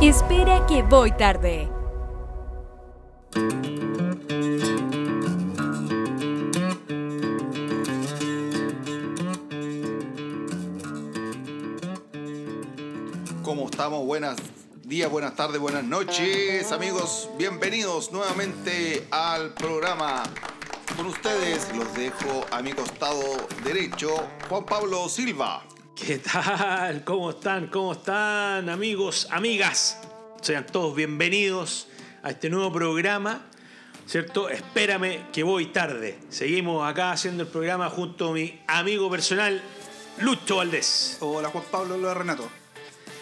Espera que voy tarde. ¿Cómo estamos? Buenas días, buenas tardes, buenas noches, amigos. Bienvenidos nuevamente al programa. Con ustedes los dejo a mi costado derecho, Juan Pablo Silva. ¿Qué tal? ¿Cómo están? ¿Cómo están, amigos, amigas? Sean todos bienvenidos a este nuevo programa, ¿cierto? Espérame que voy tarde. Seguimos acá haciendo el programa junto a mi amigo personal, Lucho Valdés. Hola Juan Pablo, hola Renato.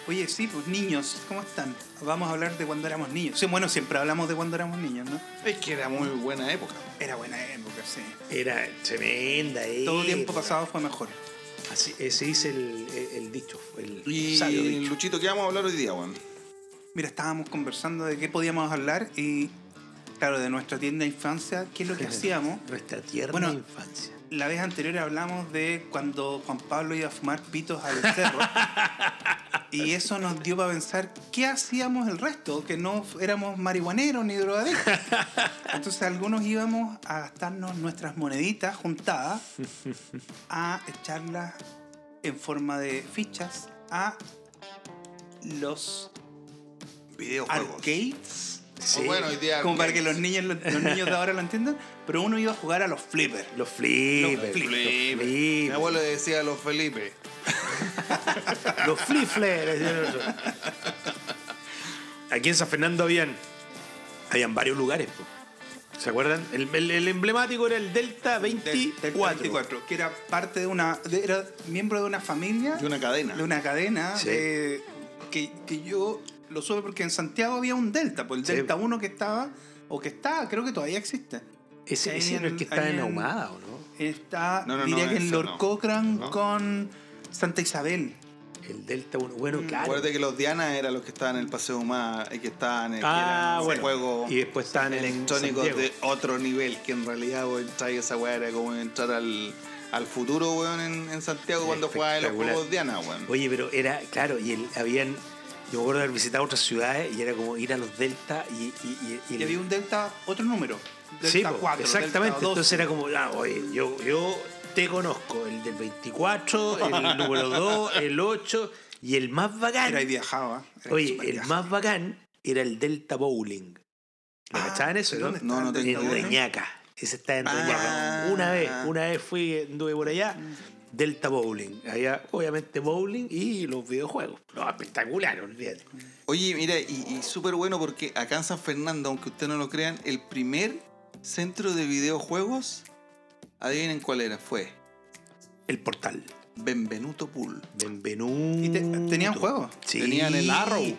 Oye, sí, pues niños, ¿cómo están? Vamos a hablar de cuando éramos niños. Sí, bueno, siempre hablamos de cuando éramos niños, ¿no? Es que era muy buena época. Era buena época, sí. Era tremenda, ¿eh? Todo tiempo pasado fue mejor. Así, ese dice el, el- el dicho, el sabio Y dicho. Luchito, ¿qué vamos a hablar hoy día, Juan? Mira, estábamos conversando de qué podíamos hablar y, claro, de nuestra tienda de infancia, qué es lo que hacíamos. Nuestra tierna Bueno, infancia. La vez anterior hablamos de cuando Juan Pablo iba a fumar pitos al cerro. y eso nos dio para pensar qué hacíamos el resto, que no éramos marihuaneros ni drogadictos. Entonces algunos íbamos a gastarnos nuestras moneditas juntadas, a echarlas en forma de fichas a los Videojuegos. arcades. Sí, O bueno, hoy día Como para que arcades. los niños, los niños de ahora lo entiendan, pero uno iba a jugar a los flippers. Los flippers. Los Los Felipe. Mi flippers. abuelo decía a los Felipe. Los flifles. le decían nosotros. Aquí en San Fernando habían, habían varios lugares. po. ¿Se acuerdan? El, el- el emblemático era el Delta 24. del 24, que era parte de una de- era miembro de una familia De una cadena. de una cadena Sí. de- que, que yo lo supe porque en Santiago había un delta pues el Sí. delta 1 que estaba o que está creo que todavía existe Ese, ese no es que Ahí está en en- Ahumada, ¿o no? está No, no, no, diría que en ese no. Lorcocran No. con Santa Isabel El Delta 1. Bueno, claro. Acuérdate que los Diana eran los que estaban en el Paseo Más y que estaban en que Ah, eran bueno. juego Y después estaban en electrónicos Santiago. de otro nivel, que en realidad vos entrar y esa weá era como entrar al, al futuro, weón, en, en Santiago cuando jugabas en los Espectacular. juegos Diana, weón. Oye, pero era, claro, y el- habían. Yo me acuerdo de haber visitado otras ciudades y era como ir a los Delta y. y- y- y- y había un delta otro número delta Sí, po, 4 exactamente. delta 12. Entonces era como, ah, oye, yo, yo te conozco, el del 24, el número 2, el 8 y el más bacán. era y viajaba era oye, súper el viaje. más bacán era el Delta Bowling. ¿Lo Ah, cachaban eso? ¿y No? dónde No, está no el tengo Delta En idea. Bowling? Reñaca. Ese está en Ah. Reñaca. Una vez, una vez fui, anduve por allá. Delta Bowling. Había obviamente bowling y los videojuegos. No, espectacular, olvídate. Oye, mira, y, y súper bueno porque acá en San Fernando, aunque ustedes no lo crean, el primer centro de videojuegos, adivinen cuál era, fue El portal. Benvenuto Pool. Benvenuto. ¿Y te- tenían juegos? Sí. Tenían el Arrow.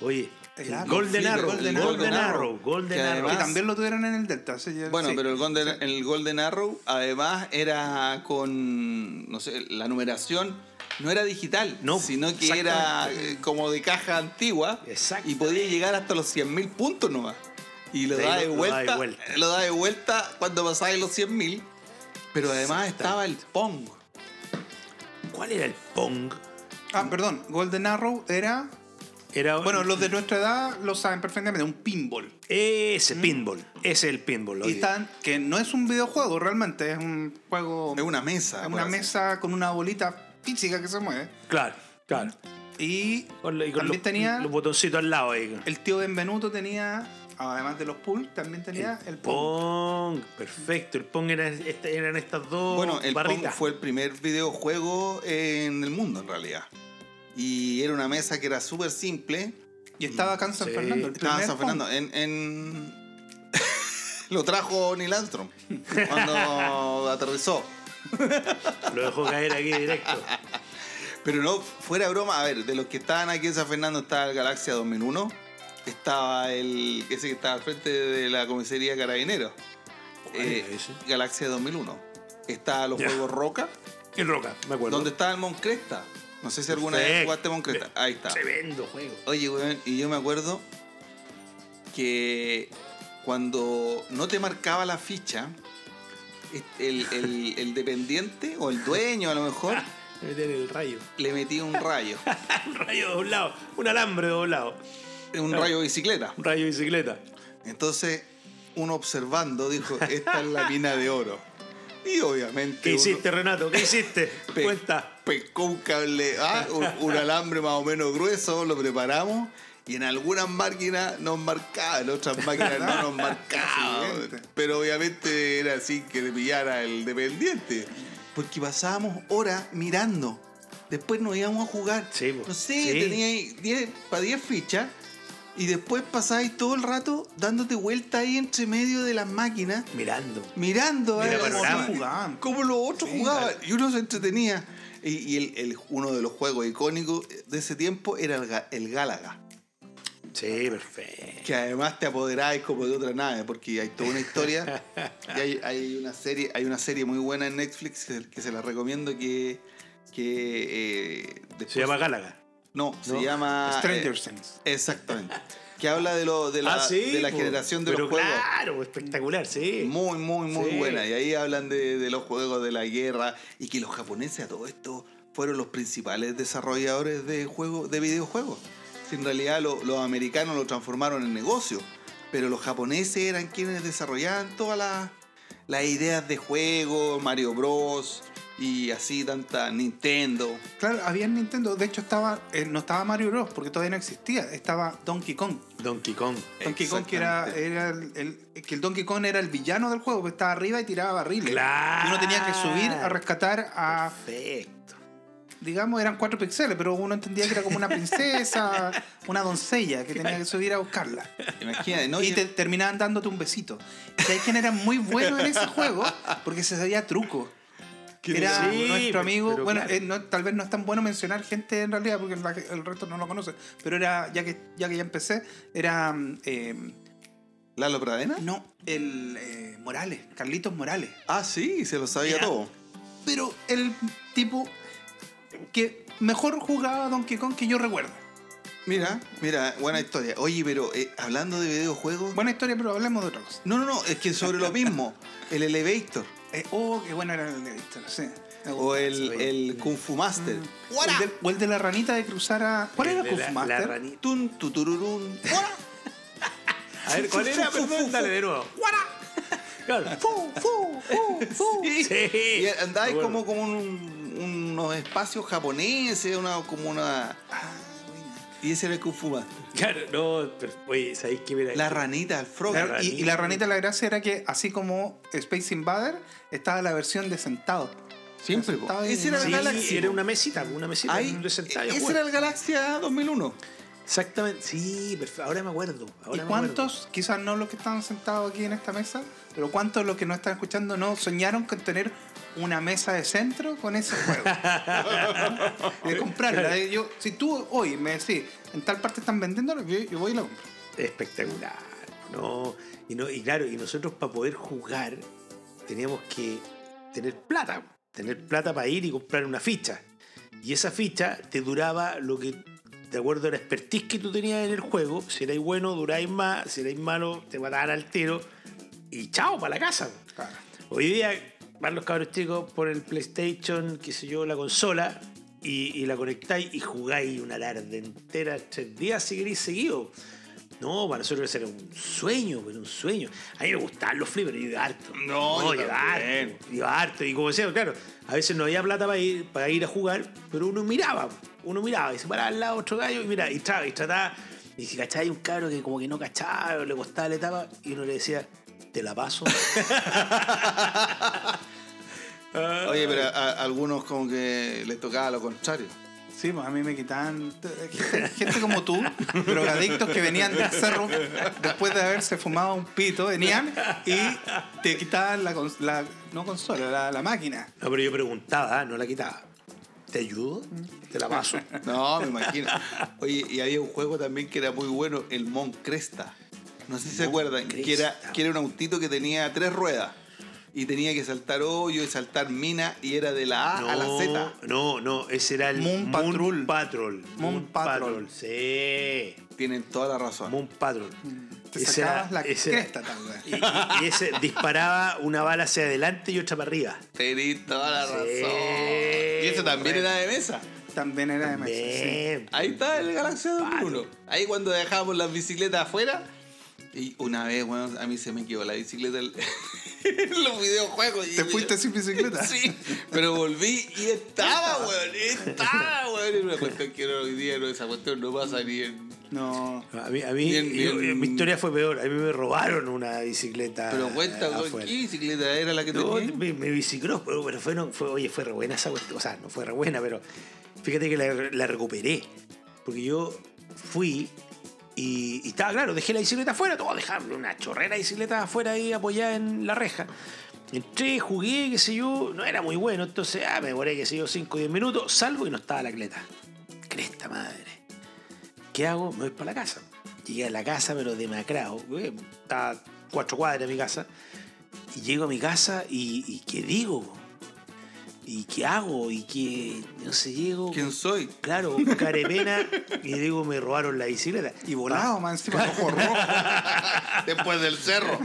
Oye, El el Arrow. Golden Sí, Arrow. Golden Golden, Arrow, Golden Arrow. Arrow. Golden Que Arrow. que además- también lo tuvieron en el delta sí, ya- Bueno, sí. pero el Golden, el Golden Arrow además era con, no sé, la numeración no era digital, No, sino que era eh, como de caja antigua Exacto. y podía llegar hasta los 100.000 puntos nomás. Y lo De ahí da de lo- lo da de vuelta, vuelta. lo da de vuelta cuando pasáis los 100.000, pero además estaba el Pong. ¿Cuál era el Pong? Ah, perdón, Golden Arrow era. Era Bueno, los de nuestra edad lo saben perfectamente, un pinball. Ese pinball. Ese es el pinball. Y oye. están, que no es un videojuego realmente, es un juego. Es una mesa. es por una así. mesa con una bolita física que se mueve. Claro, claro. Y Con, lo- y con también los, tenía. los botoncitos al lado ahí. El tío Benvenuto tenía, además de los pools, también tenía el, pong. Pong, perfecto. El Pong era, esta- eran estas dos Bueno, el Pong barritas. fue el primer videojuego en el mundo en realidad. Y era una mesa que era súper simple. Y estaba acá en San Sí, Fernando, el Estaba en primer Ah, San pong. Fernando. En, en- Lo trajo Neil Armstrong cuando aterrizó. Lo dejó caer aquí directo. Pero no, fuera broma, a ver, de los que estaban aquí en San Fernando estaba el Galaxia 2001. Estaba el. ese que estaba al frente de la comisaría Carabineros. Eh, ese? Galaxia 2001. Estaba los Ya. juegos Roca. En roca, me acuerdo. ¿Dónde estaba el Moncresta? No sé si alguna vez Perfecto. jugaste Moncresta. Ahí está. Tremendo juego. Oye, weón, y yo me acuerdo que cuando no te marcaba la ficha, el, el- el dependiente o el dueño a lo mejor Debe tener el rayo. le metía un rayo. Un rayo doblado. Un alambre doblado. un rayo de bicicleta. Un rayo de bicicleta. Entonces, uno observando dijo, esta es la mina de oro. Y obviamente... ¿Qué uno hiciste, Renato? ¿Qué hiciste? pe- Cuenta. Pescó un cable, ah, un, un alambre más o menos grueso, lo preparamos. Y en algunas máquinas nos marcaba, en otras máquinas no nos marcaba. Accidente. Pero obviamente era así que le pillara el dependiente. Porque pasábamos horas mirando. Después nos íbamos a jugar. Sí, po. no sé, Sí. teníais 10 para 10 fichas. Y después pasáis todo el rato dándote vuelta ahí entre medio de las máquinas Mirando. mirando a Mira ver cómo panorama. jugaban, cómo los otros jugaban y uno se entretenía. Y, y el- el- uno de los juegos icónicos de ese tiempo era el, Ga- el Gálaga, Sí, perfecto. que además te apoderabas como de otra nave, porque hay toda una historia. y hay, hay una serie, hay una serie muy buena en Netflix que, que se la recomiendo que, que eh, después- Se llama Gálaga. no, no, se llama eh, Stranger Things. exactamente. Que habla de lo de la, de la Ah, po. generación de Pero los juegos. Claro, espectacular, sí. Muy, muy, muy Sí. buena. Y ahí hablan de, de los juegos de la guerra y que los japoneses a todo esto fueron los principales desarrolladores de juegos de videojuegos. Si en realidad lo- los americanos lo transformaron en negocio, pero los japoneses eran quienes desarrollaban todas las las ideas de juego, Mario Bros. y así tanta Nintendo. Claro, había en Nintendo. De hecho, estaba eh, no estaba Mario Bros. porque todavía no existía. Estaba Donkey Kong. Donkey Kong. Donkey Kong que era, Exactamente. era el, el- que el Donkey Kong era el villano del juego, que estaba arriba y tiraba barriles. Claro. Y uno tenía que subir a rescatar a, Perfecto. digamos, eran cuatro píxeles, pero uno entendía que era como una princesa, una doncella que tenía que subir a buscarla. Imagínate, ¿no? y te terminaban dándote un besito. Y hay quien era muy bueno en ese juego porque se sabía truco. Qué Era bien. nuestro amigo, Pero bueno, claro. eh, no- tal vez no es tan bueno mencionar gente en realidad porque la- el resto no lo conoce, pero era, ya que ya, que ya empecé, era... mm, eh, ¿Lalo Pradena? no, el eh, Morales, Carlitos Morales. Ah, sí, se lo sabía Era- todo. Pero el tipo que mejor jugaba a Donkey Kong que yo recuerdo. Mira, mira, buena historia. Oye, pero eh, hablando de videojuegos. Buena historia, pero hablemos de otra cosa. No, no, no, es que sobre lo mismo, el Elevator Eh, oh, qué bueno era el de sí. Me o gustaba el, ese. el Kung Fu Master. O el de- o el de la ranita de cruzar a. ¿Cuál El era de Kung la- Fu la Master? ranita. Tun, tutururun. A ver, ¿cuál era? Perdón, dale de nuevo. Claro. ¡Fu, fu, fu, fu! Sí. Y andáis Me acuerdo. como, como un- unos espacios japoneses, una, como una. Y ese era el Kung Fu Master. Claro, no, pero, oye, ¿sabéis qué? Mira, La ranita, el frog. Claro, y, y la ranita. ranita, la gracia era que, así como Space Invader, estaba la versión de sentado. Siempre, po. Estaba Ese era el Sí, Galaxy. era una mesita, una mesita. Ahí, un pues. sentado, ese bueno. era el Galaxia 2001. Exactamente, sí, perfe- ahora me acuerdo. ¿Y Ahora me acuerdo. cuántos, quizás no los que estaban sentados aquí en esta mesa, pero cuántos los que no están escuchando no soñaron con tener una mesa de centro con ese juego? de comprarla. eh, Yo, si tú hoy me decís, en tal parte están vendiéndolo, yo, yo voy y la compro. Espectacular. No, y, no, y claro, y nosotros para poder jugar teníamos que tener plata, tener plata para ir y comprar una ficha. Y esa ficha te duraba lo que, de acuerdo a la expertise que tú tenías en el juego, si erais bueno, duráis más, si erais malo, te mataban al tiro y chao, para la casa. Hoy día van los cabros chicos por el PlayStation, qué sé yo, la consola, y, y la conectáis y jugáis una tarde entera, tres días si queréis seguido. No, para nosotros ese era un sueño, pero un sueño. A mí me gustaban los flippers, yo iba harto. No, yo también. harto. yo iba harto. Y como decía, claro, a veces no había plata para ir, para ir a jugar, pero uno miraba, uno miraba y se paraba al lado otro gallo y mira, y, tra- y trataba. Y si cachaba, hay un cabro que como que no cachaba, o le costaba la etapa, y uno le decía, te la paso. Oye, pero a, a algunos como que les tocaba lo contrario. Sí, pues a mí me quitaban gente, gente como tú, drogadictos que venían del cerro después de haberse fumado un pito, venían y te quitaban la, cons- la no consola, la, la máquina. No, pero yo preguntaba, ¿eh? no la quitaba. ¿Te ayudo? Te la paso. No, me imagino. Oye, y había un juego también que era muy bueno, el Mon Cresta. No sé si se acuerdan, que era, Cresta. que era un autito que tenía tres ruedas. Y tenía que saltar hoyo y saltar mina y era de la A a la Z. no, no, ese era el Moon Patrol. Patrol. Moon Patrol. Sí. Tienen toda la razón. Moon Patrol. Te Ese sacabas era- la ese era- cresta tal vez. Y, y- y ese disparaba una bala hacia adelante y otra para arriba. Tenés toda la Sí, razón. Y ese también bueno. era de mesa. También era de Messi. sí. Bien. Ahí está el Galaxia 2001. Ahí cuando dejábamos las bicicletas afuera. Y una vez, bueno, a mí se me quedó la bicicleta en en los videojuegos. y ¿Te yo- fuiste sin bicicleta? Sí, pero volví y estaba, weón. Estaba, weón. Es una cuestión que no, hoy día no, esa cuestión no pasa ni en. No. A mí, a mí- Bien, yo- bien. mi historia fue peor. A mí me robaron una bicicleta. Pero cuenta, eh, weón, afuera. ¿qué bicicleta era la que No, tenía? mi, mi bicicross, pero, pero fue, no, fue, oye, fue re buena esa cuestión. O sea, no fue re buena, pero fíjate que la, la recuperé. Porque yo fui y, y estaba claro, dejé la bicicleta afuera, todo dejaba una chorrera de bicicleta afuera ahí apoyada en la reja. Entré, jugué, qué sé yo, no era muy bueno, entonces ah, me demoré, qué sé yo, 5 o 10 minutos, salgo y no estaba la cleta. Cresta madre. ¿Qué hago? Me voy para la casa. Llegué a la casa, pero demacrado. eh, Estaba a cuatro cuadras de mi casa. Y llego a mi casa y, y ¿qué digo? ¿Y qué hago? ¿Y qué? No sé, llego. ¿Quién soy? Claro, carepena. y digo, me robaron la bicicleta. Y volado, man, encima ojo rojo. Después del cerro.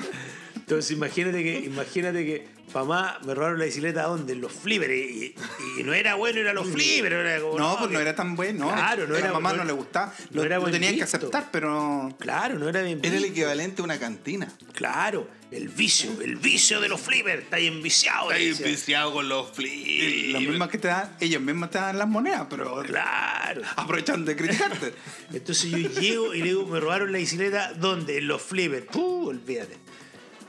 Entonces imagínate que, imagínate que mamá me robaron la bicicleta donde en los flippers. Y, y no era bueno, era los flippers. Era como, No, pues que- no era tan bueno. Claro, no a era- la mamá no, no- le gustaba. no Lo, era lo buen tenían que visto. aceptar, pero. Claro, no era bien Era el visto. equivalente a una cantina. Claro, el vicio, el vicio de los flippers. Está ahí enviciado. Está decía. viciado con los flips. Las mismas que te dan, ellos mismos te dan las monedas, pero Claro. aprovechan de criticarte. Entonces yo llego y le digo, me robaron la bicicleta, ¿dónde? En los flippers. ¡Puh! Olvídate.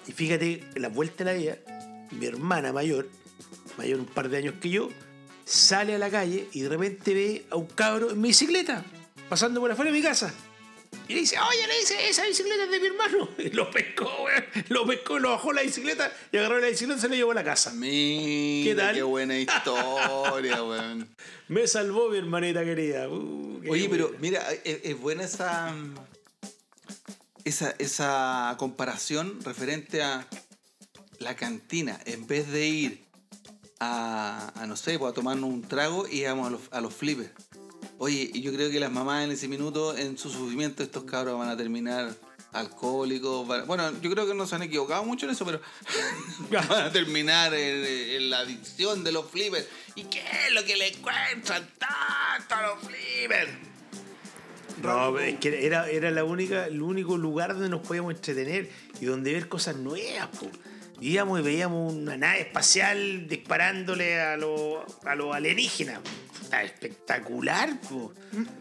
Y fíjate, en la vuelta de la vida, mi hermana mayor, mayor un par de años que yo, sale a la calle y de repente ve a un cabro en mi bicicleta, pasando por afuera de mi casa. Y le dice, oye, le dice, esa bicicleta es de mi hermano. Y lo pescó, weón. Lo pescó, lo bajó la bicicleta y agarró la bicicleta y se la llevó a la casa. Mira, ¿Qué tal? qué buena historia, weón. Me salvó mi hermanita querida. Uh, qué Oye, pero buena. mira, eh, es, es buena esa, mm, esa esa comparación referente a la cantina. En vez de ir a, a, no sé, pues, a tomarnos un trago, íbamos a los, a los flippers. Oye, y yo creo que las mamás en ese minuto, en su sufrimiento, estos cabros van a terminar alcohólicos. van- Bueno, yo creo que no se han equivocado mucho en eso, pero van a terminar en, en la adicción de los flippers. ¿Y qué es lo que le encuentran tanto a los flippers? No, es que era, era la única, el único lugar donde nos podíamos entretener y donde ver cosas nuevas. po. Íbamos y veíamos una nave espacial disparándole a los a los alienígenas. Está espectacular. po.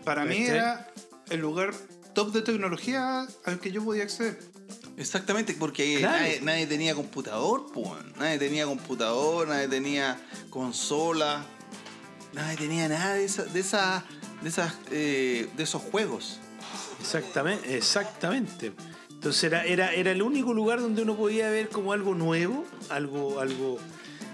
Para mí ¿Cachai? era el lugar top de tecnología al que yo podía acceder. Exactamente, porque Claro. nadie, nadie tenía computador, pues. Nadie tenía computador, nadie tenía consola, nadie tenía nada de, esa- de, esa- de, esas, eh, de esos juegos. Exactamente, exactamente. Entonces era, era, era el único lugar donde uno podía ver como algo nuevo, algo, algo,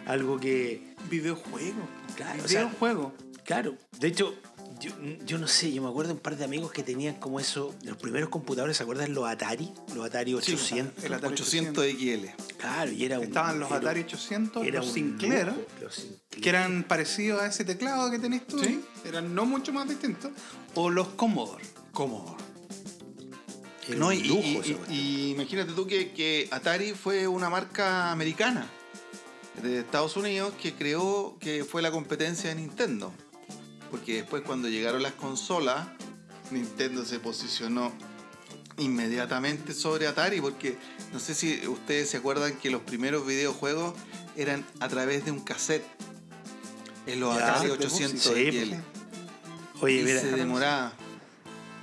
algo que. Videojuego. Claro, o sea- Videojuego. Claro, de hecho, yo, yo no sé, yo me acuerdo de un par de amigos que tenían como eso, los primeros computadores, ¿se acuerdan? Los Atari, los Atari pues, 800. El Atari 800 XL. Claro, y era un. Estaban los era- Atari 800, era los un Sinclair, lujo, los Sinclair. que eran parecidos a ese teclado que tenés tú. Sí. Eran no mucho más distintos. O los Commodore. Cómodo. Era No, un y, y- lujo y- esa cuestión. y imagínate tú que, que Atari fue una marca americana de Estados Unidos que creó que fue la competencia de Nintendo. Porque después cuando llegaron las consolas, Nintendo se posicionó inmediatamente sobre Atari porque no sé si ustedes se acuerdan que los primeros videojuegos eran a través de un cassette en los Ya, Atari de 800 música. Sí, pues. XL. Oye, y mira. se demoraba.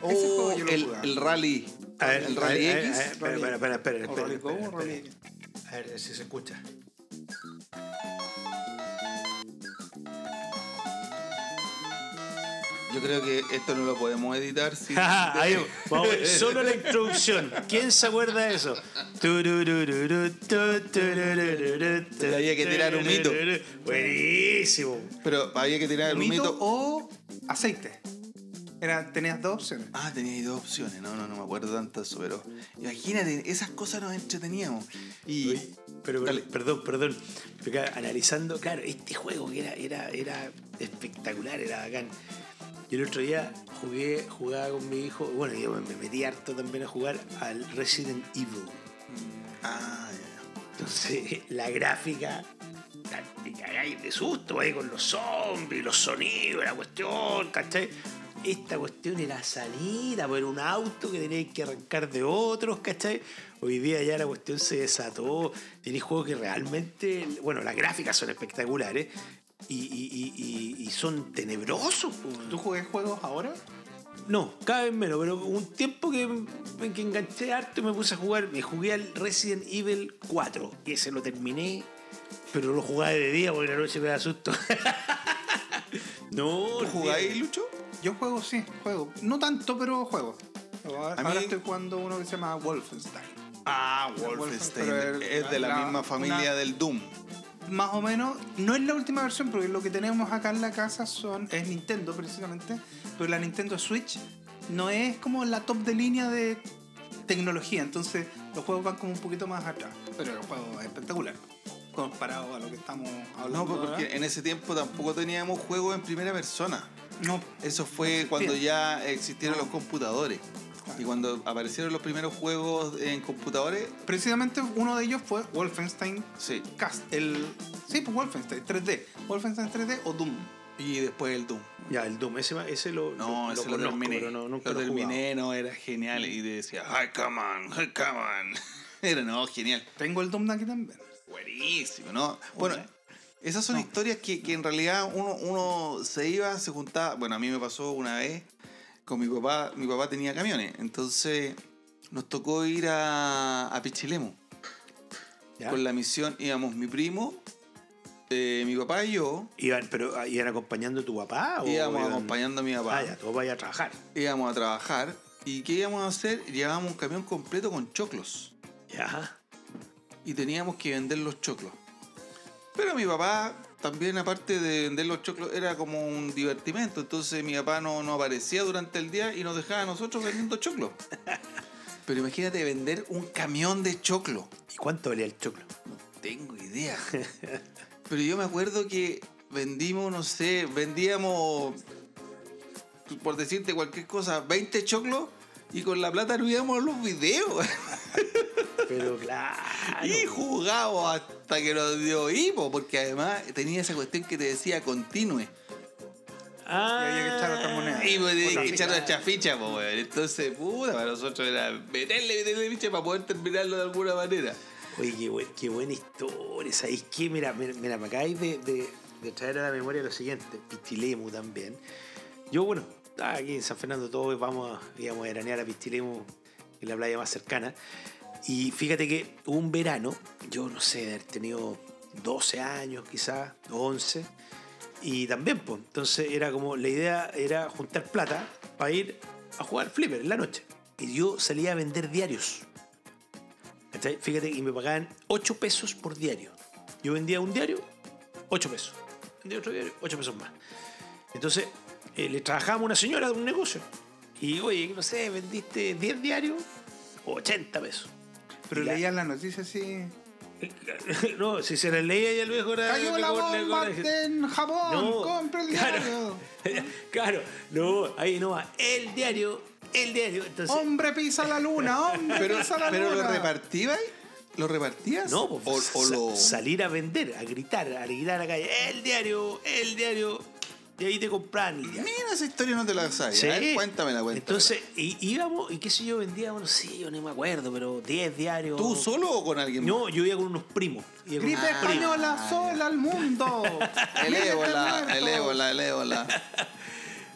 Ese juego Oh, yo lo el, jugaba. el rally. A ver, el a ver, Rally a ver, X. a ver, Espera, espera, espera, espera, O espera, Rally Go, espera, o Rally- espera. A ver si se escucha. Yo creo que esto no lo podemos editar. sin- Ahí vamos, vamos, solo la introducción. ¿Quién se acuerda de eso? Había Había que tirar un mito. Buenísimo. Pero había que tirar el Mito mito. o aceite. Era, tenías dos opciones. Ah, tenía ahí dos opciones. No, no, no me acuerdo tanto de eso, pero imagínate, esas cosas nos entreteníamos. Y Oye, pero, Dale. pero- perdón, perdón. Porque analizando, claro, este juego que era, era, era espectacular, era bacán. Yo el otro día jugué, jugaba con mi hijo, bueno, yo me metí harto también a jugar al Resident Evil. ah, ya, Entonces, la gráfica te cagáis de susto ahí con los zombies, los sonidos, la cuestión, ¿cachai? Esta cuestión era salida por un auto que teníais que arrancar de otros, ¿cachai? Hoy día ya la cuestión se desató. Tenéis juegos que realmente, bueno, las gráficas son espectaculares ¿eh? y, y- y- y- y son tenebrosos. pues. po. ¿Tú juegas juegos ahora? No, cada vez menos, pero hubo un tiempo que, que enganché harto y me puse a jugar, me jugué al Resident Evil 4 y ese lo terminé, pero lo jugaba de día porque la noche me da susto. no, ¿Tú jugáis, Lucho? Yo juego, sí, juego. No tanto, pero juego. Ahora, A mí- ahora estoy jugando uno que se llama Wolfenstein. Ah, Wolfenstein, Wolfenstein. pero el- Es de la, la- misma familia una- del Doom. Más o menos, no es la última versión, porque lo que tenemos acá en la casa son es Nintendo precisamente, pero la Nintendo Switch no es como la top de línea de tecnología, entonces los juegos van como un poquito más atrás, pero el juego es espectacular comparado a lo que estamos hablando. No, pues, porque ahora. en ese tiempo tampoco teníamos juegos en primera persona. no Eso fue cuando Bien. ya existieron los computadores. Claro. Y cuando aparecieron los primeros juegos en computadores, precisamente uno de ellos fue Wolfenstein sí. Cast, el sí, pues Wolfenstein 3D, Wolfenstein 3D o Doom. Y después el Doom. Ya, el Doom, ese, ese lo, No, lo- lo ese lo conozco, terminé. pero no, nunca lo lo he jugado. Mm. terminé, no, era genial. Y decía, hi, come on, hi, come on. Era, no, genial. Tengo el Doom de aquí también. Buenísimo, ¿no? Bueno, Hola. esas son No. historias que, que en realidad uno, uno se iba, se juntaba. Bueno, a mí me pasó una vez con mi papá. Mi papá tenía camiones, entonces nos tocó ir a, a Pichilemu. Ya. Con la misión íbamos mi primo, eh, mi papá y yo. Iban, pero ah, iban acompañando a tu papá o Íbamos iban- acompañando a mi papá. Ah, ya, tu papá iba a trabajar. Íbamos a trabajar. ¿Y qué íbamos a hacer? Llevábamos un camión completo con choclos. Ya. y teníamos que vender los choclos. Pero mi papá también, aparte de vender los choclos, era como un divertimento. Entonces mi papá no, no aparecía durante el día y nos dejaba a nosotros vendiendo choclos. Pero imagínate vender un camión de choclo. ¿Y cuánto valía el choclo? No tengo idea. Pero yo me acuerdo que vendimos, no sé, vendíamos, por decirte cualquier cosa, 20 choclos y con la plata no íbamos los videos. Pero claro. Y jugado hasta que nos dio hipo, porque además tenía esa cuestión que te decía continue. Ah, pues, Y había que echar otra moneda. Y me tenía otra que echar ficha. otra ficha, po, weón. Entonces, puta, para nosotros era meterle, meterle ficha para poder terminarlo de alguna manera. Oye, qué, buen- qué buena historia. ¿Sabéis qué? Mira, mira, mira, me acabáis de, de- de traer a la memoria lo siguiente. Pistilemu también. Yo, bueno, estaba aquí en San Fernando todos vamos a, digamos, a veranear a Pistilemu, en la playa más cercana. Y fíjate que hubo un verano, yo no sé, de haber tenido 12 años quizás, 11. Y también, pues, entonces era como, la idea era juntar plata para ir a jugar flipper en la noche. Y yo salía a vender diarios. ¿Cachai? Fíjate, y me pagaban 8 pesos por diario. Yo vendía un diario, 8 pesos. Vendía otro diario, 8 pesos más. Entonces, eh, le trabajábamos a una señora de un negocio. Y oye, no sé, vendiste 10 diarios, 80 pesos. Pero Y la- leías la noticia Eh, así. no, si se las leía ya luego era. Cayó la le co- le bomba co- le- en Japón, compra el claro. diario. claro, no, ahí no va. El diario, el diario. Entonces, Hombre pisa la luna, hombre Pero, pisa la pero lo luna. repartías, ¿lo repartías? No, o, pues, o sa- lo. salir a vender, a gritar, a gritar a la calle, el diario, el diario, y ahí te compran el diario. Mira, esa historia no te la sabes. A ver, cuéntame la cuenta. Entonces, y- íbamos, y qué sé yo, vendíamos, no sé, yo no me acuerdo, pero 10 diarios. ¿Tú solo o con alguien más? No, yo iba con unos primos. iba con Gripe unos primos. española sola al mundo. El Mira, ébola, está el muerto. ébola, el ébola.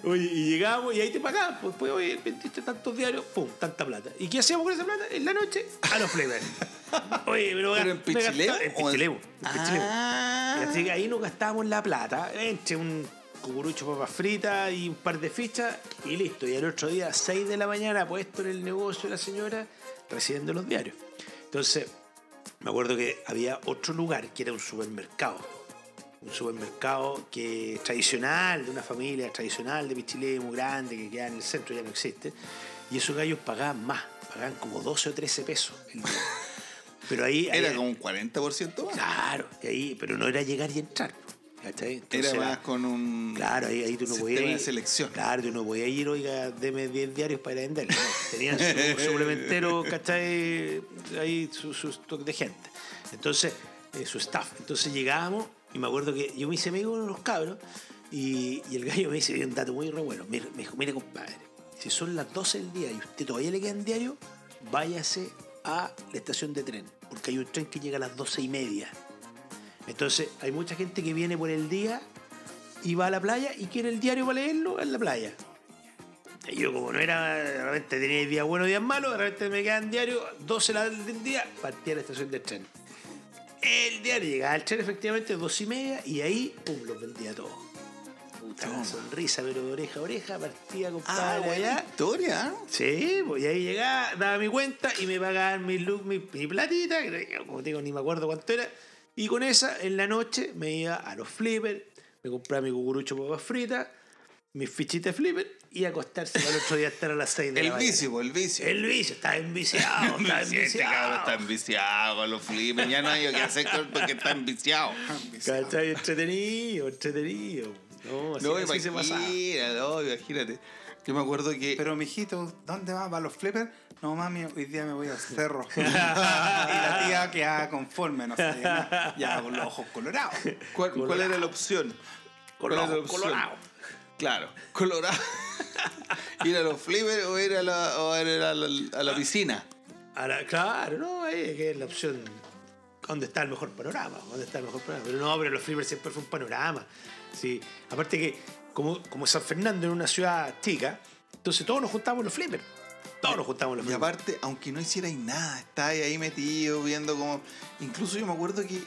Oye, y llegábamos y ahí te pagaban. Pues, pues oye, vendiste tantos diarios, pum, tanta plata. ¿Y qué hacíamos con esa plata? En la noche, a los flavors. Oye, pero, ¿Pero ga- en me Pichilemu gastaba- En o en- Pichilemu. en Pichilemu. Ah. Así que ahí nos gastábamos la plata entre un cucurucho papas fritas y un par de fichas y listo. Y al otro día, 6 de la mañana, puesto en el negocio la señora, recibiendo los diarios. Entonces, me acuerdo que había otro lugar que era un supermercado. Un supermercado que tradicional, de una familia tradicional de Pichilé, muy grande, que queda en el centro, ya no existe. Y esos gallos pagaban más, pagaban como 12 o 13 pesos. el día. Pero ahí... Era ahí- como un 40% más. Claro, y ahí, pero no era llegar y entrar. ¿cachai? Era Entonces, más con un. Claro, ahí, ahí tú no sistema podías. de ir- selección. Claro, tú no podías ir, oiga, deme 10 diarios para ir a vender. No, tenían su suplementero, ¿cachai? Ahí su, su stock de gente. Entonces, eh, su staff. Entonces llegábamos y me acuerdo que yo me hice amigo de unos cabros y, y el gallo me dice, un dato muy re bueno, mira, me dijo, mire compadre, si son las 12 del día y usted todavía le quedan diario, váyase a la estación de tren, porque hay un tren que llega a las 12 y media. Entonces hay mucha gente que viene por el día y va a la playa y quiere el diario para leerlo en la playa. Y yo como no era, de repente tenía días buenos, días malos, de repente me quedan diario 12 la- del día, partía a la estación del tren. El diario llegaba al tren efectivamente dos y media y ahí, pum, los vendía todos. Puta la sonrisa, pero de oreja a oreja, partía, Ah, compadre, buena allá. historia. ¿eh? Sí, pues y ahí llegaba, daba mi cuenta y me pagaban mi luz, mi, mi platita, que yo, como te digo, ni me acuerdo cuánto era. Y con esa, en la noche, me iba a los flippers, me compraba mi cucurucho papas fritas, mis fichitas de flipper y acostarse para el otro día estar a las 6 de la El mañana. vicio, el vicio. El vicio, estaba enviciado, estaba Sí, Este cabrón está enviciado. enviciado con los flippers. Ya no hay que hacer con- porque está enviciado. ¿Cachai? Entretenido, entretenido. No, así, No, así se pasaba. imagínate, no, imagínate. Yo me acuerdo que. Pero mijito, ¿dónde vas? ¿Para los flippers? No mami, hoy día me voy al cerro. y la tía quedaba conforme, no sé, ya con los ojos colorados. ¿Cuál, cuál Colorado. era la opción? ¿Cuál era la Colorado, opción? colorado. Claro, colorado. ¿Ir a los flippers o ir a la, o ir a la- a la piscina? Ahora, claro, no, ahí es que es la opción. ¿Dónde está el mejor panorama? ¿Dónde está el mejor panorama? Pero no, pero los flippers siempre fue un panorama. Sí. Aparte que, como, como San Fernando era una ciudad chica, entonces todos nos juntábamos en los flippers. Todos nos juntábamos en los Y flippers. aparte, aunque no hicierais nada, estáis ahí metido, viendo como. Incluso yo me acuerdo que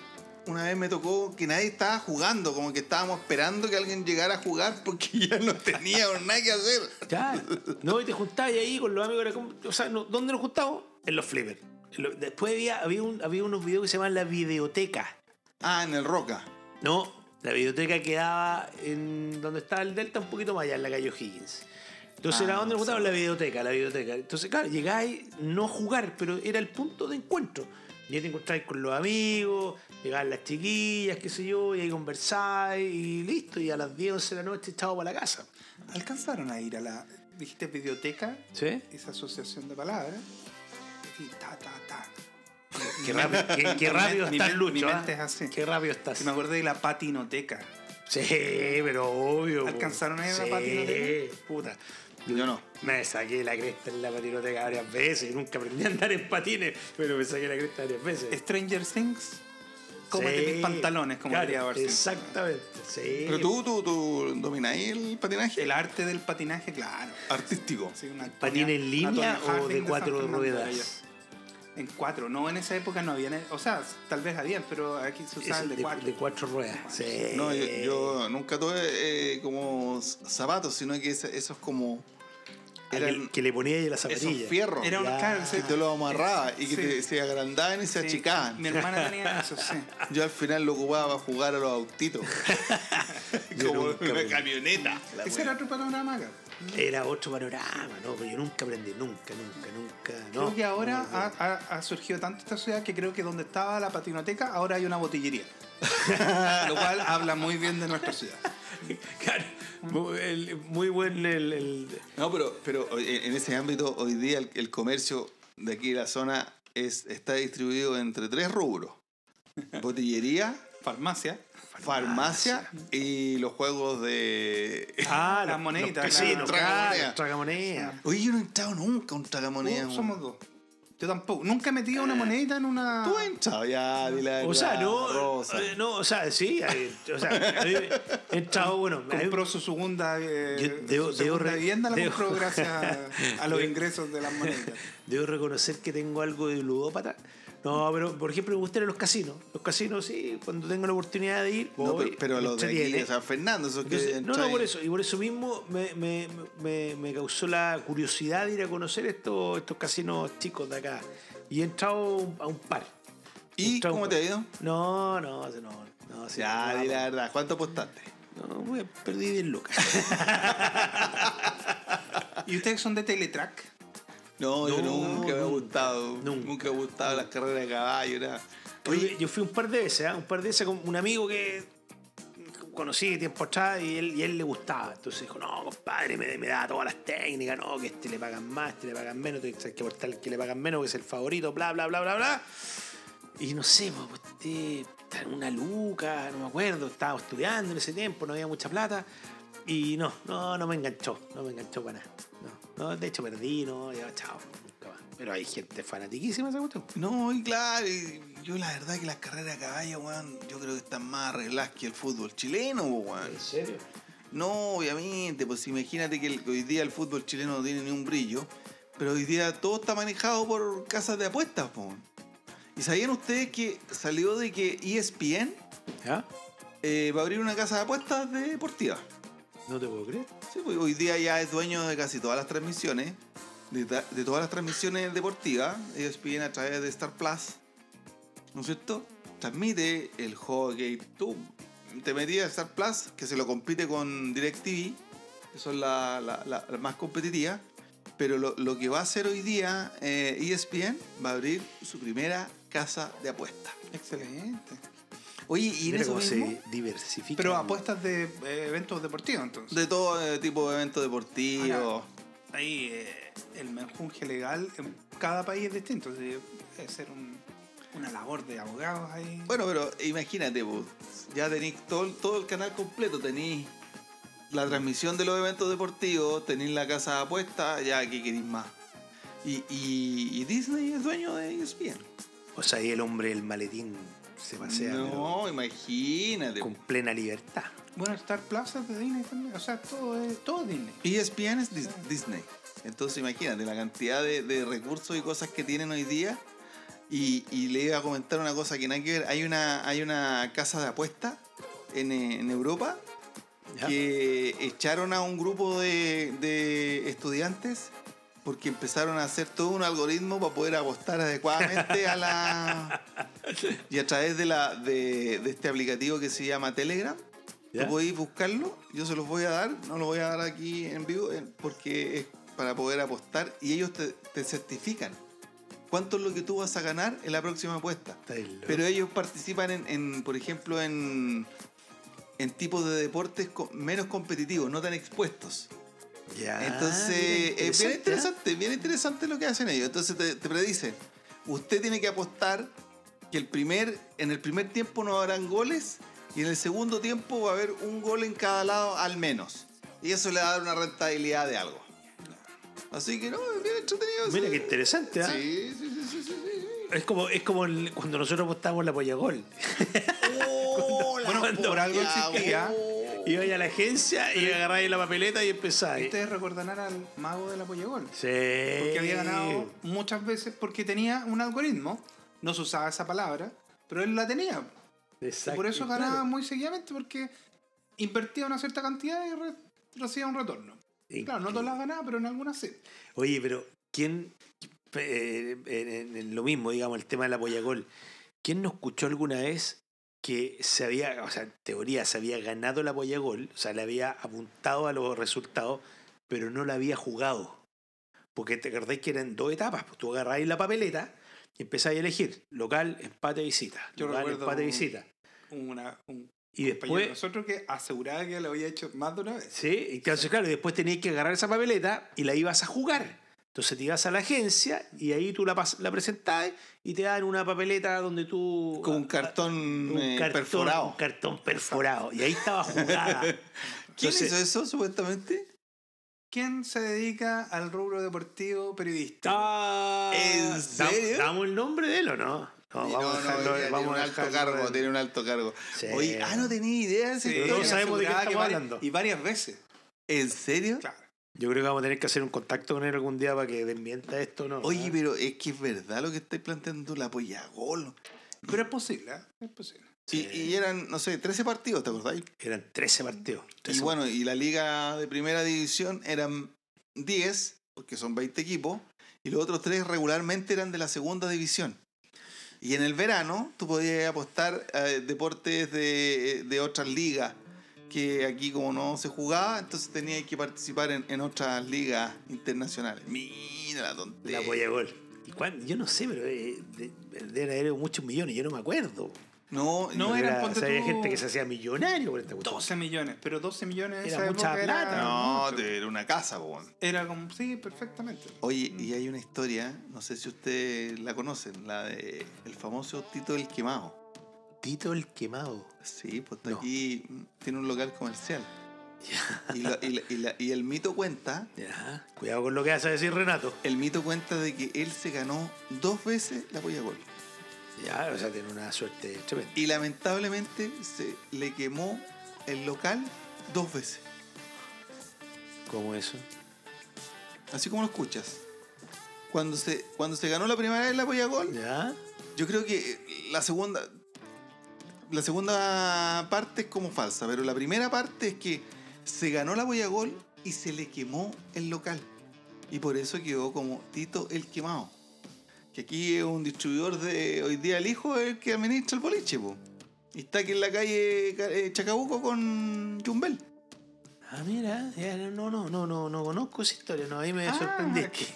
una vez me tocó que nadie estaba jugando, como que estábamos esperando que alguien llegara a jugar porque ya no teníamos nada que hacer. Claro. No, y te juntabas ahí con los amigos. era como- o sea, no, ¿dónde nos juntábamos? En los flippers. En lo- Después había, había, un- había unos videos que se llamaban La Videoteca. Ah, en el Roca. No, la biblioteca quedaba en donde estaba el Delta, un poquito más allá, en la calle O'Higgins. Entonces, Ah, ¿era dónde nos gustaba? sí. La biblioteca, la biblioteca. Entonces, claro, llegáis no jugar, pero era el punto de encuentro. Y ahí te encontráis con los amigos, llegaban las chiquillas, qué sé yo, y ahí conversáis y listo. Y a las 10, 11 de la noche, chao para la casa. ¿Alcanzaron a ir a la, dijiste, biblioteca? ¿Sí? Esa asociación de palabras. Y ta, ta, ta. Qué rápido, qué, qué Mi rápido men- mi está el men- Lucho. mi ¿ah? mente es así. Qué rápido estás. Y me acuerdo de la patinoteca. Sí, pero obvio. po. ¿Alcanzaron a ir a la Sí, patinoteca? puta. Yo no. Me saqué la cresta en la patinoteca varias veces y nunca aprendí a andar en patines, pero me saqué la cresta varias veces. Stranger Things. Cómete Sí, mis pantalones, como claro, diría Barcel. Exactamente, sí. Pero tú, tú, tú domináis el patinaje. El arte del patinaje, claro. artístico. Sí, una ¿Patín Tonya- en una línea Tonya o Harding de San cuatro Fernando de allá. ruedas? En cuatro. No, en esa época no habían. O sea, tal vez habían, pero aquí se Es usaban de, cuatro. de cuatro ruedas. Sí. No, yo, yo nunca tuve eh, como s- zapatos, sino que ese- esos como. Aquel Eran que le ponía ahí la esos zapatilla. fierros Era un Ya. claro, que sí. te los amarraba y que Sí. te- se agrandaban y se Sí, achicaban. Mi hermana tenía eso, sí. Yo al final lo ocupaba para jugar a los autitos. como nunca una vi. camioneta. Ese era otro panorama acá. Era otro panorama, ¿no? Pero yo nunca aprendí, nunca, nunca, nunca. No, creo que ahora ah. No, no. ha, ha- ha surgido tanto esta ciudad que creo que donde estaba la patinoteca ahora hay una botillería. Lo cual habla muy bien de nuestra ciudad. Claro, Mm. muy, el- muy buen el- el, No, pero, pero hoy- en ese ámbito hoy día el, el comercio de aquí de la zona es, está distribuido entre tres rubros. Botillería, Farmacia. farmacia y los juegos de... Ah, Las los- moneditas, Los casinos, las- claro, tragamonedas. los tragamonedas. Oye, yo no he entrado nunca a un tragamonedas. Uh, weón. somos dos. Yo tampoco. Nunca he metido Ah. una monedita en una. Tú has entrado ya, di la O sea, verdad, no, Rosa. eh, no, o sea, sí, eh, o sea, a mí me- he entrado, bueno, a mí- Compró su segunda, eh, Yo su debo- debo segunda re- vivienda, la debo- compró gracias a, a los ingresos de las monedas. debo reconocer que tengo algo de ludópata. No, pero por ejemplo me gustan los casinos. Los casinos sí, cuando tengo la oportunidad de ir. No, voy, pero, pero a me los de aquí, entretiene. de San Fernando, esos que Entonces, no, no, entráis- por eso. Y por eso mismo me, me- me- me causó la curiosidad de ir a conocer estos, estos casinos chicos de acá. Y he entrado a un par. He ¿Y entrado a un cómo te par. ha ido? No, no, no. no sí, Ya, no, di no. pues. la verdad. pues. ¿Cuánto apostaste? No, güey, perdí 10 lucas. ¿Y ustedes son de Teletrack? No, yo No, nunca me ha nunca, gustado. Nunca, nunca. me ha gustado las carreras de caballo, nada. Oye, yo fui un par de veces, ¿ah? un par de veces con un amigo que conocí tiempo atrás y él, y él le gustaba. Entonces dijo, no, compadre, me, me da todas las técnicas, no, que este le pagan más, este le pagan menos, que hay que aportar el que le pagan menos, que es el favorito, bla, bla, bla, bla, bla. Y no sé, pues, este hasta una luca, no me acuerdo, estaba estudiando en ese tiempo, no había mucha plata. Y no, no, no me enganchó, no me enganchó para nada. No, no, de hecho perdí, no, ya, chao, nunca más. Pero hay gente fanatiquísima esa cuestión. No, y claro, y yo la verdad que las carreras de caballo, weón, yo creo que están más arregladas que el fútbol chileno, pues, weón. Ah, serio? No, obviamente, pues imagínate que el- hoy día el fútbol chileno no tiene ni un brillo, pero hoy día todo está manejado por casas de apuestas, po. ¿Y sabían ustedes que salió de que E ESPN ¿Ya? eh, va a abrir una casa de apuestas de deportiva? No te puedo creer. Sí, pues, hoy día ya es dueño de casi todas las transmisiones, de, ta- de todas las transmisiones deportivas. Ellos piden a través de Star Plus, ¿no es cierto? Transmite el hockey. Tú te metías a Star Plus, que se lo compite con DirecTV, que son las la, la- las más competitivas. Pero lo, lo que va a hacer hoy día eh, ESPN va a abrir su primera casa de apuestas. Excelente. Oye, ¿y en Mira eso cómo mismo? se diversifica. Pero el- apuestas de eh, eventos deportivos, entonces. De todo eh, tipo de eventos deportivos. Ahí eh, el menjunje legal en cada país es distinto. así que Debe ser un- una labor de abogados ahí. Bueno, pero imagínate, pues, ya tenéis todo, el- todo el canal completo, tenéis la transmisión de los eventos deportivos, tenéis la casa de apuestas, ya que queréis más. Y, y- y Disney es dueño de E ESPN. O sea, ahí el hombre del maletín se pasea no, imagínate. pero con po. plena libertad. Bueno, Star Plaza de Disney también. O sea, todo es, todo es Disney. E ESPN es Dis- Disney. Entonces imagínate la cantidad de, de recursos y cosas que tienen hoy día. Y, y le iba a comentar una cosa que nada que ver. Hay una, hay una casa de apuestas en, eh, en Europa ¿ya? que echaron a un grupo de, de estudiantes porque empezaron a hacer todo un algoritmo para poder apostar adecuadamente a la... Y a través de, la, de, de este aplicativo que se llama Telegram, ¿Ya? tú podéis buscarlo, yo se los voy a dar, no los voy a dar aquí en vivo eh, porque es para poder apostar y ellos te, te certifican cuánto es lo que tú vas a ganar en la próxima apuesta. Está el- Pero ellos participan en, en, por ejemplo, en, en tipos de deportes co- menos competitivos, no tan expuestos. Ya, Entonces, Ah, mira, es bien ¿eh? interesante, bien interesante lo que hacen ellos. Entonces te, te predicen, usted tiene que apostar que el primer, en el primer tiempo no habrán goles y en el segundo tiempo va a haber un gol en cada lado al menos. Y eso le va a dar una rentabilidad de algo. Así que no, es bien entretenido. Mira sí. qué interesante, ¿ah? Sí, sí, sí, sí, sí, sí. Es como, es como el- cuando nosotros apostamos la polla gol. bueno, por algo existía. Oh. Iba a la agencia y agarráis la papeleta y empezáis. Ustedes recordarán al mago del apoyagol. Sí. Porque había ganado muchas veces porque tenía un algoritmo. No se usaba esa palabra, pero él la tenía. Y Exacto. por eso Claro. ganaba muy seguidamente porque invertía una cierta cantidad y re- recibía un retorno. Claro, no todas las ganaba, pero en algunas sí. Oye, pero ¿quién, eh, en- en- en lo mismo, digamos, el tema de la Pollagol, ¿quién no escuchó alguna vez que se había, o sea, en teoría se había ganado la Pollagol, o sea, le había apuntado a los resultados, pero no la había jugado? Porque te acordáis que eran dos etapas, pues tú agarráis la papeleta y empezáis a elegir local, empate, visita, Yo local, recuerdo empate, un- visita. Una, un Y compañero de después, nosotros que aseguraba que lo había hecho más de una vez. Sí, y claro, claro, y después tenías que agarrar esa papeleta y la ibas a jugar. Entonces te ibas a la agencia y ahí tú la, pas- la presentabas y te dan una papeleta donde tú... Con un ah, cartón, eh, cartón- perforado. Un cartón perforado. Y ahí estaba jugada. ¿Quién Entonces- hizo eso supuestamente? ¿Quién se dedica al rubro deportivo periodista? Ah, ¿En ¿dam- serio? ¿Damos el nombre de él o no? No, Sí, vamos no, a no, dejarlo. ya vamos tiene a un alto dejarlo cargo, en- tiene un alto cargo. Sí. Oye, ah, no tenía idea de esa Sí, pero historia. todos sabemos de qué aseguraba que estamos varias- hablando. Y varias veces. ¿En serio? Claro. Yo creo que vamos a tener que hacer un contacto con él algún día para que desmienta esto, ¿no? Oye, Ah. pero es que es verdad lo que estáis planteando, la pollagol. Pero es posible, ¿eh? Es posible. Y, y eran, no sé, 13 partidos, ¿te acordáis? Eran 13 partidos. 13 Y bueno, y la liga de primera división eran 10, porque son 20 equipos, y los otros tres regularmente eran de la segunda división. Y en el verano tú podías apostar a deportes de, de otras ligas, que aquí como no se jugaba, entonces tenías que participar en, en otras ligas internacionales. Mira la tontería. La polla gol. ¿Y cuán- Yo no sé, pero eh, de- de- deben haber muchos millones, yo no me acuerdo. No, No, yo- eran, Era- o ponte sea, había tú, gente que se hacía millonario por esta cuestión. 12 millones, pero 12 millones en Era esa mucha época plata. era, no, mucho. te- era una casa, po. era como, sí, perfectamente. Oye, Mm. y hay una historia, no sé si ustedes la conocen, la de el famoso Tito el Quemado. Tito el quemado. Sí, pues está No. aquí tiene un local comercial. Y, la- y la- y la- y el mito cuenta, Ya. Cuidado con lo que vas a decir, Renato. el mito cuenta de que él se ganó dos veces la polla gol. Ya, o sea, tiene una suerte tremenda. Y lamentablemente se le quemó el local dos veces. ¿Cómo eso? Así como lo escuchas. Cuando se, cuando se ganó la primera vez la polla gol, ¿Ya? Yo creo que eh, la segunda. La segunda parte es como falsa, pero la primera parte es que se ganó la boya gol y se le quemó el local. Y por eso quedó como Tito el Quemado. Que aquí es un distribuidor de hoy día el hijo es el que administra el boliche, po. Y está aquí en la calle eh, Chacabuco con Jumbel. Ah, mira, ya, no, no, no, no, no conozco esa historia, no, ahí me Ah, sorprendiste.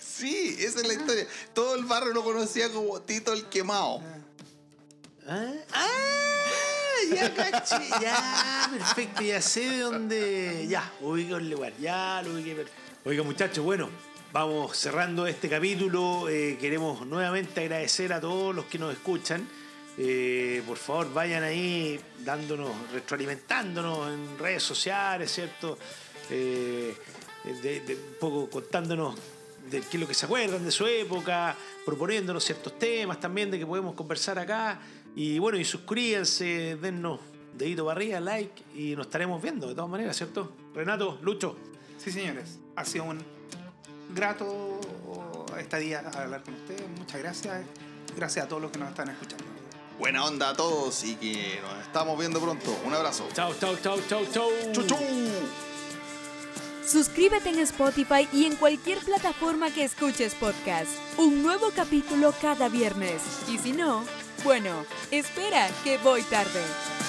Sí, esa es Ah. la historia. Todo el barrio lo conocía como Tito el Quemado. Ah, ah, ya caché, ya, perfecto, ya sé de dónde, ya, ubico el lugar, ya lo ubiqué perfecto. Oiga muchachos, bueno, vamos cerrando este capítulo, eh, queremos nuevamente agradecer a todos los que nos escuchan, Eh, por favor vayan ahí dándonos, retroalimentándonos en redes sociales, ¿cierto? Eh, de- de- un poco contándonos de qué es lo que se acuerdan de su época, proponiéndonos ciertos temas también de que podemos conversar acá. Y bueno, y suscríbanse, dennos dedito para arriba, like, y nos estaremos viendo de todas maneras, ¿cierto? Renato, Lucho, Sí, señores, ha sido un grato estadía hablar con ustedes. Muchas gracias. Gracias a todos los que nos están escuchando. Buena onda a todos y que nos estamos viendo pronto. Un abrazo. chao, chao, chao, chao, chao. Chau, chau. Suscríbete en Spotify y en cualquier plataforma que escuches podcast. Un nuevo capítulo cada viernes. Y si no, bueno, espera que voy tarde.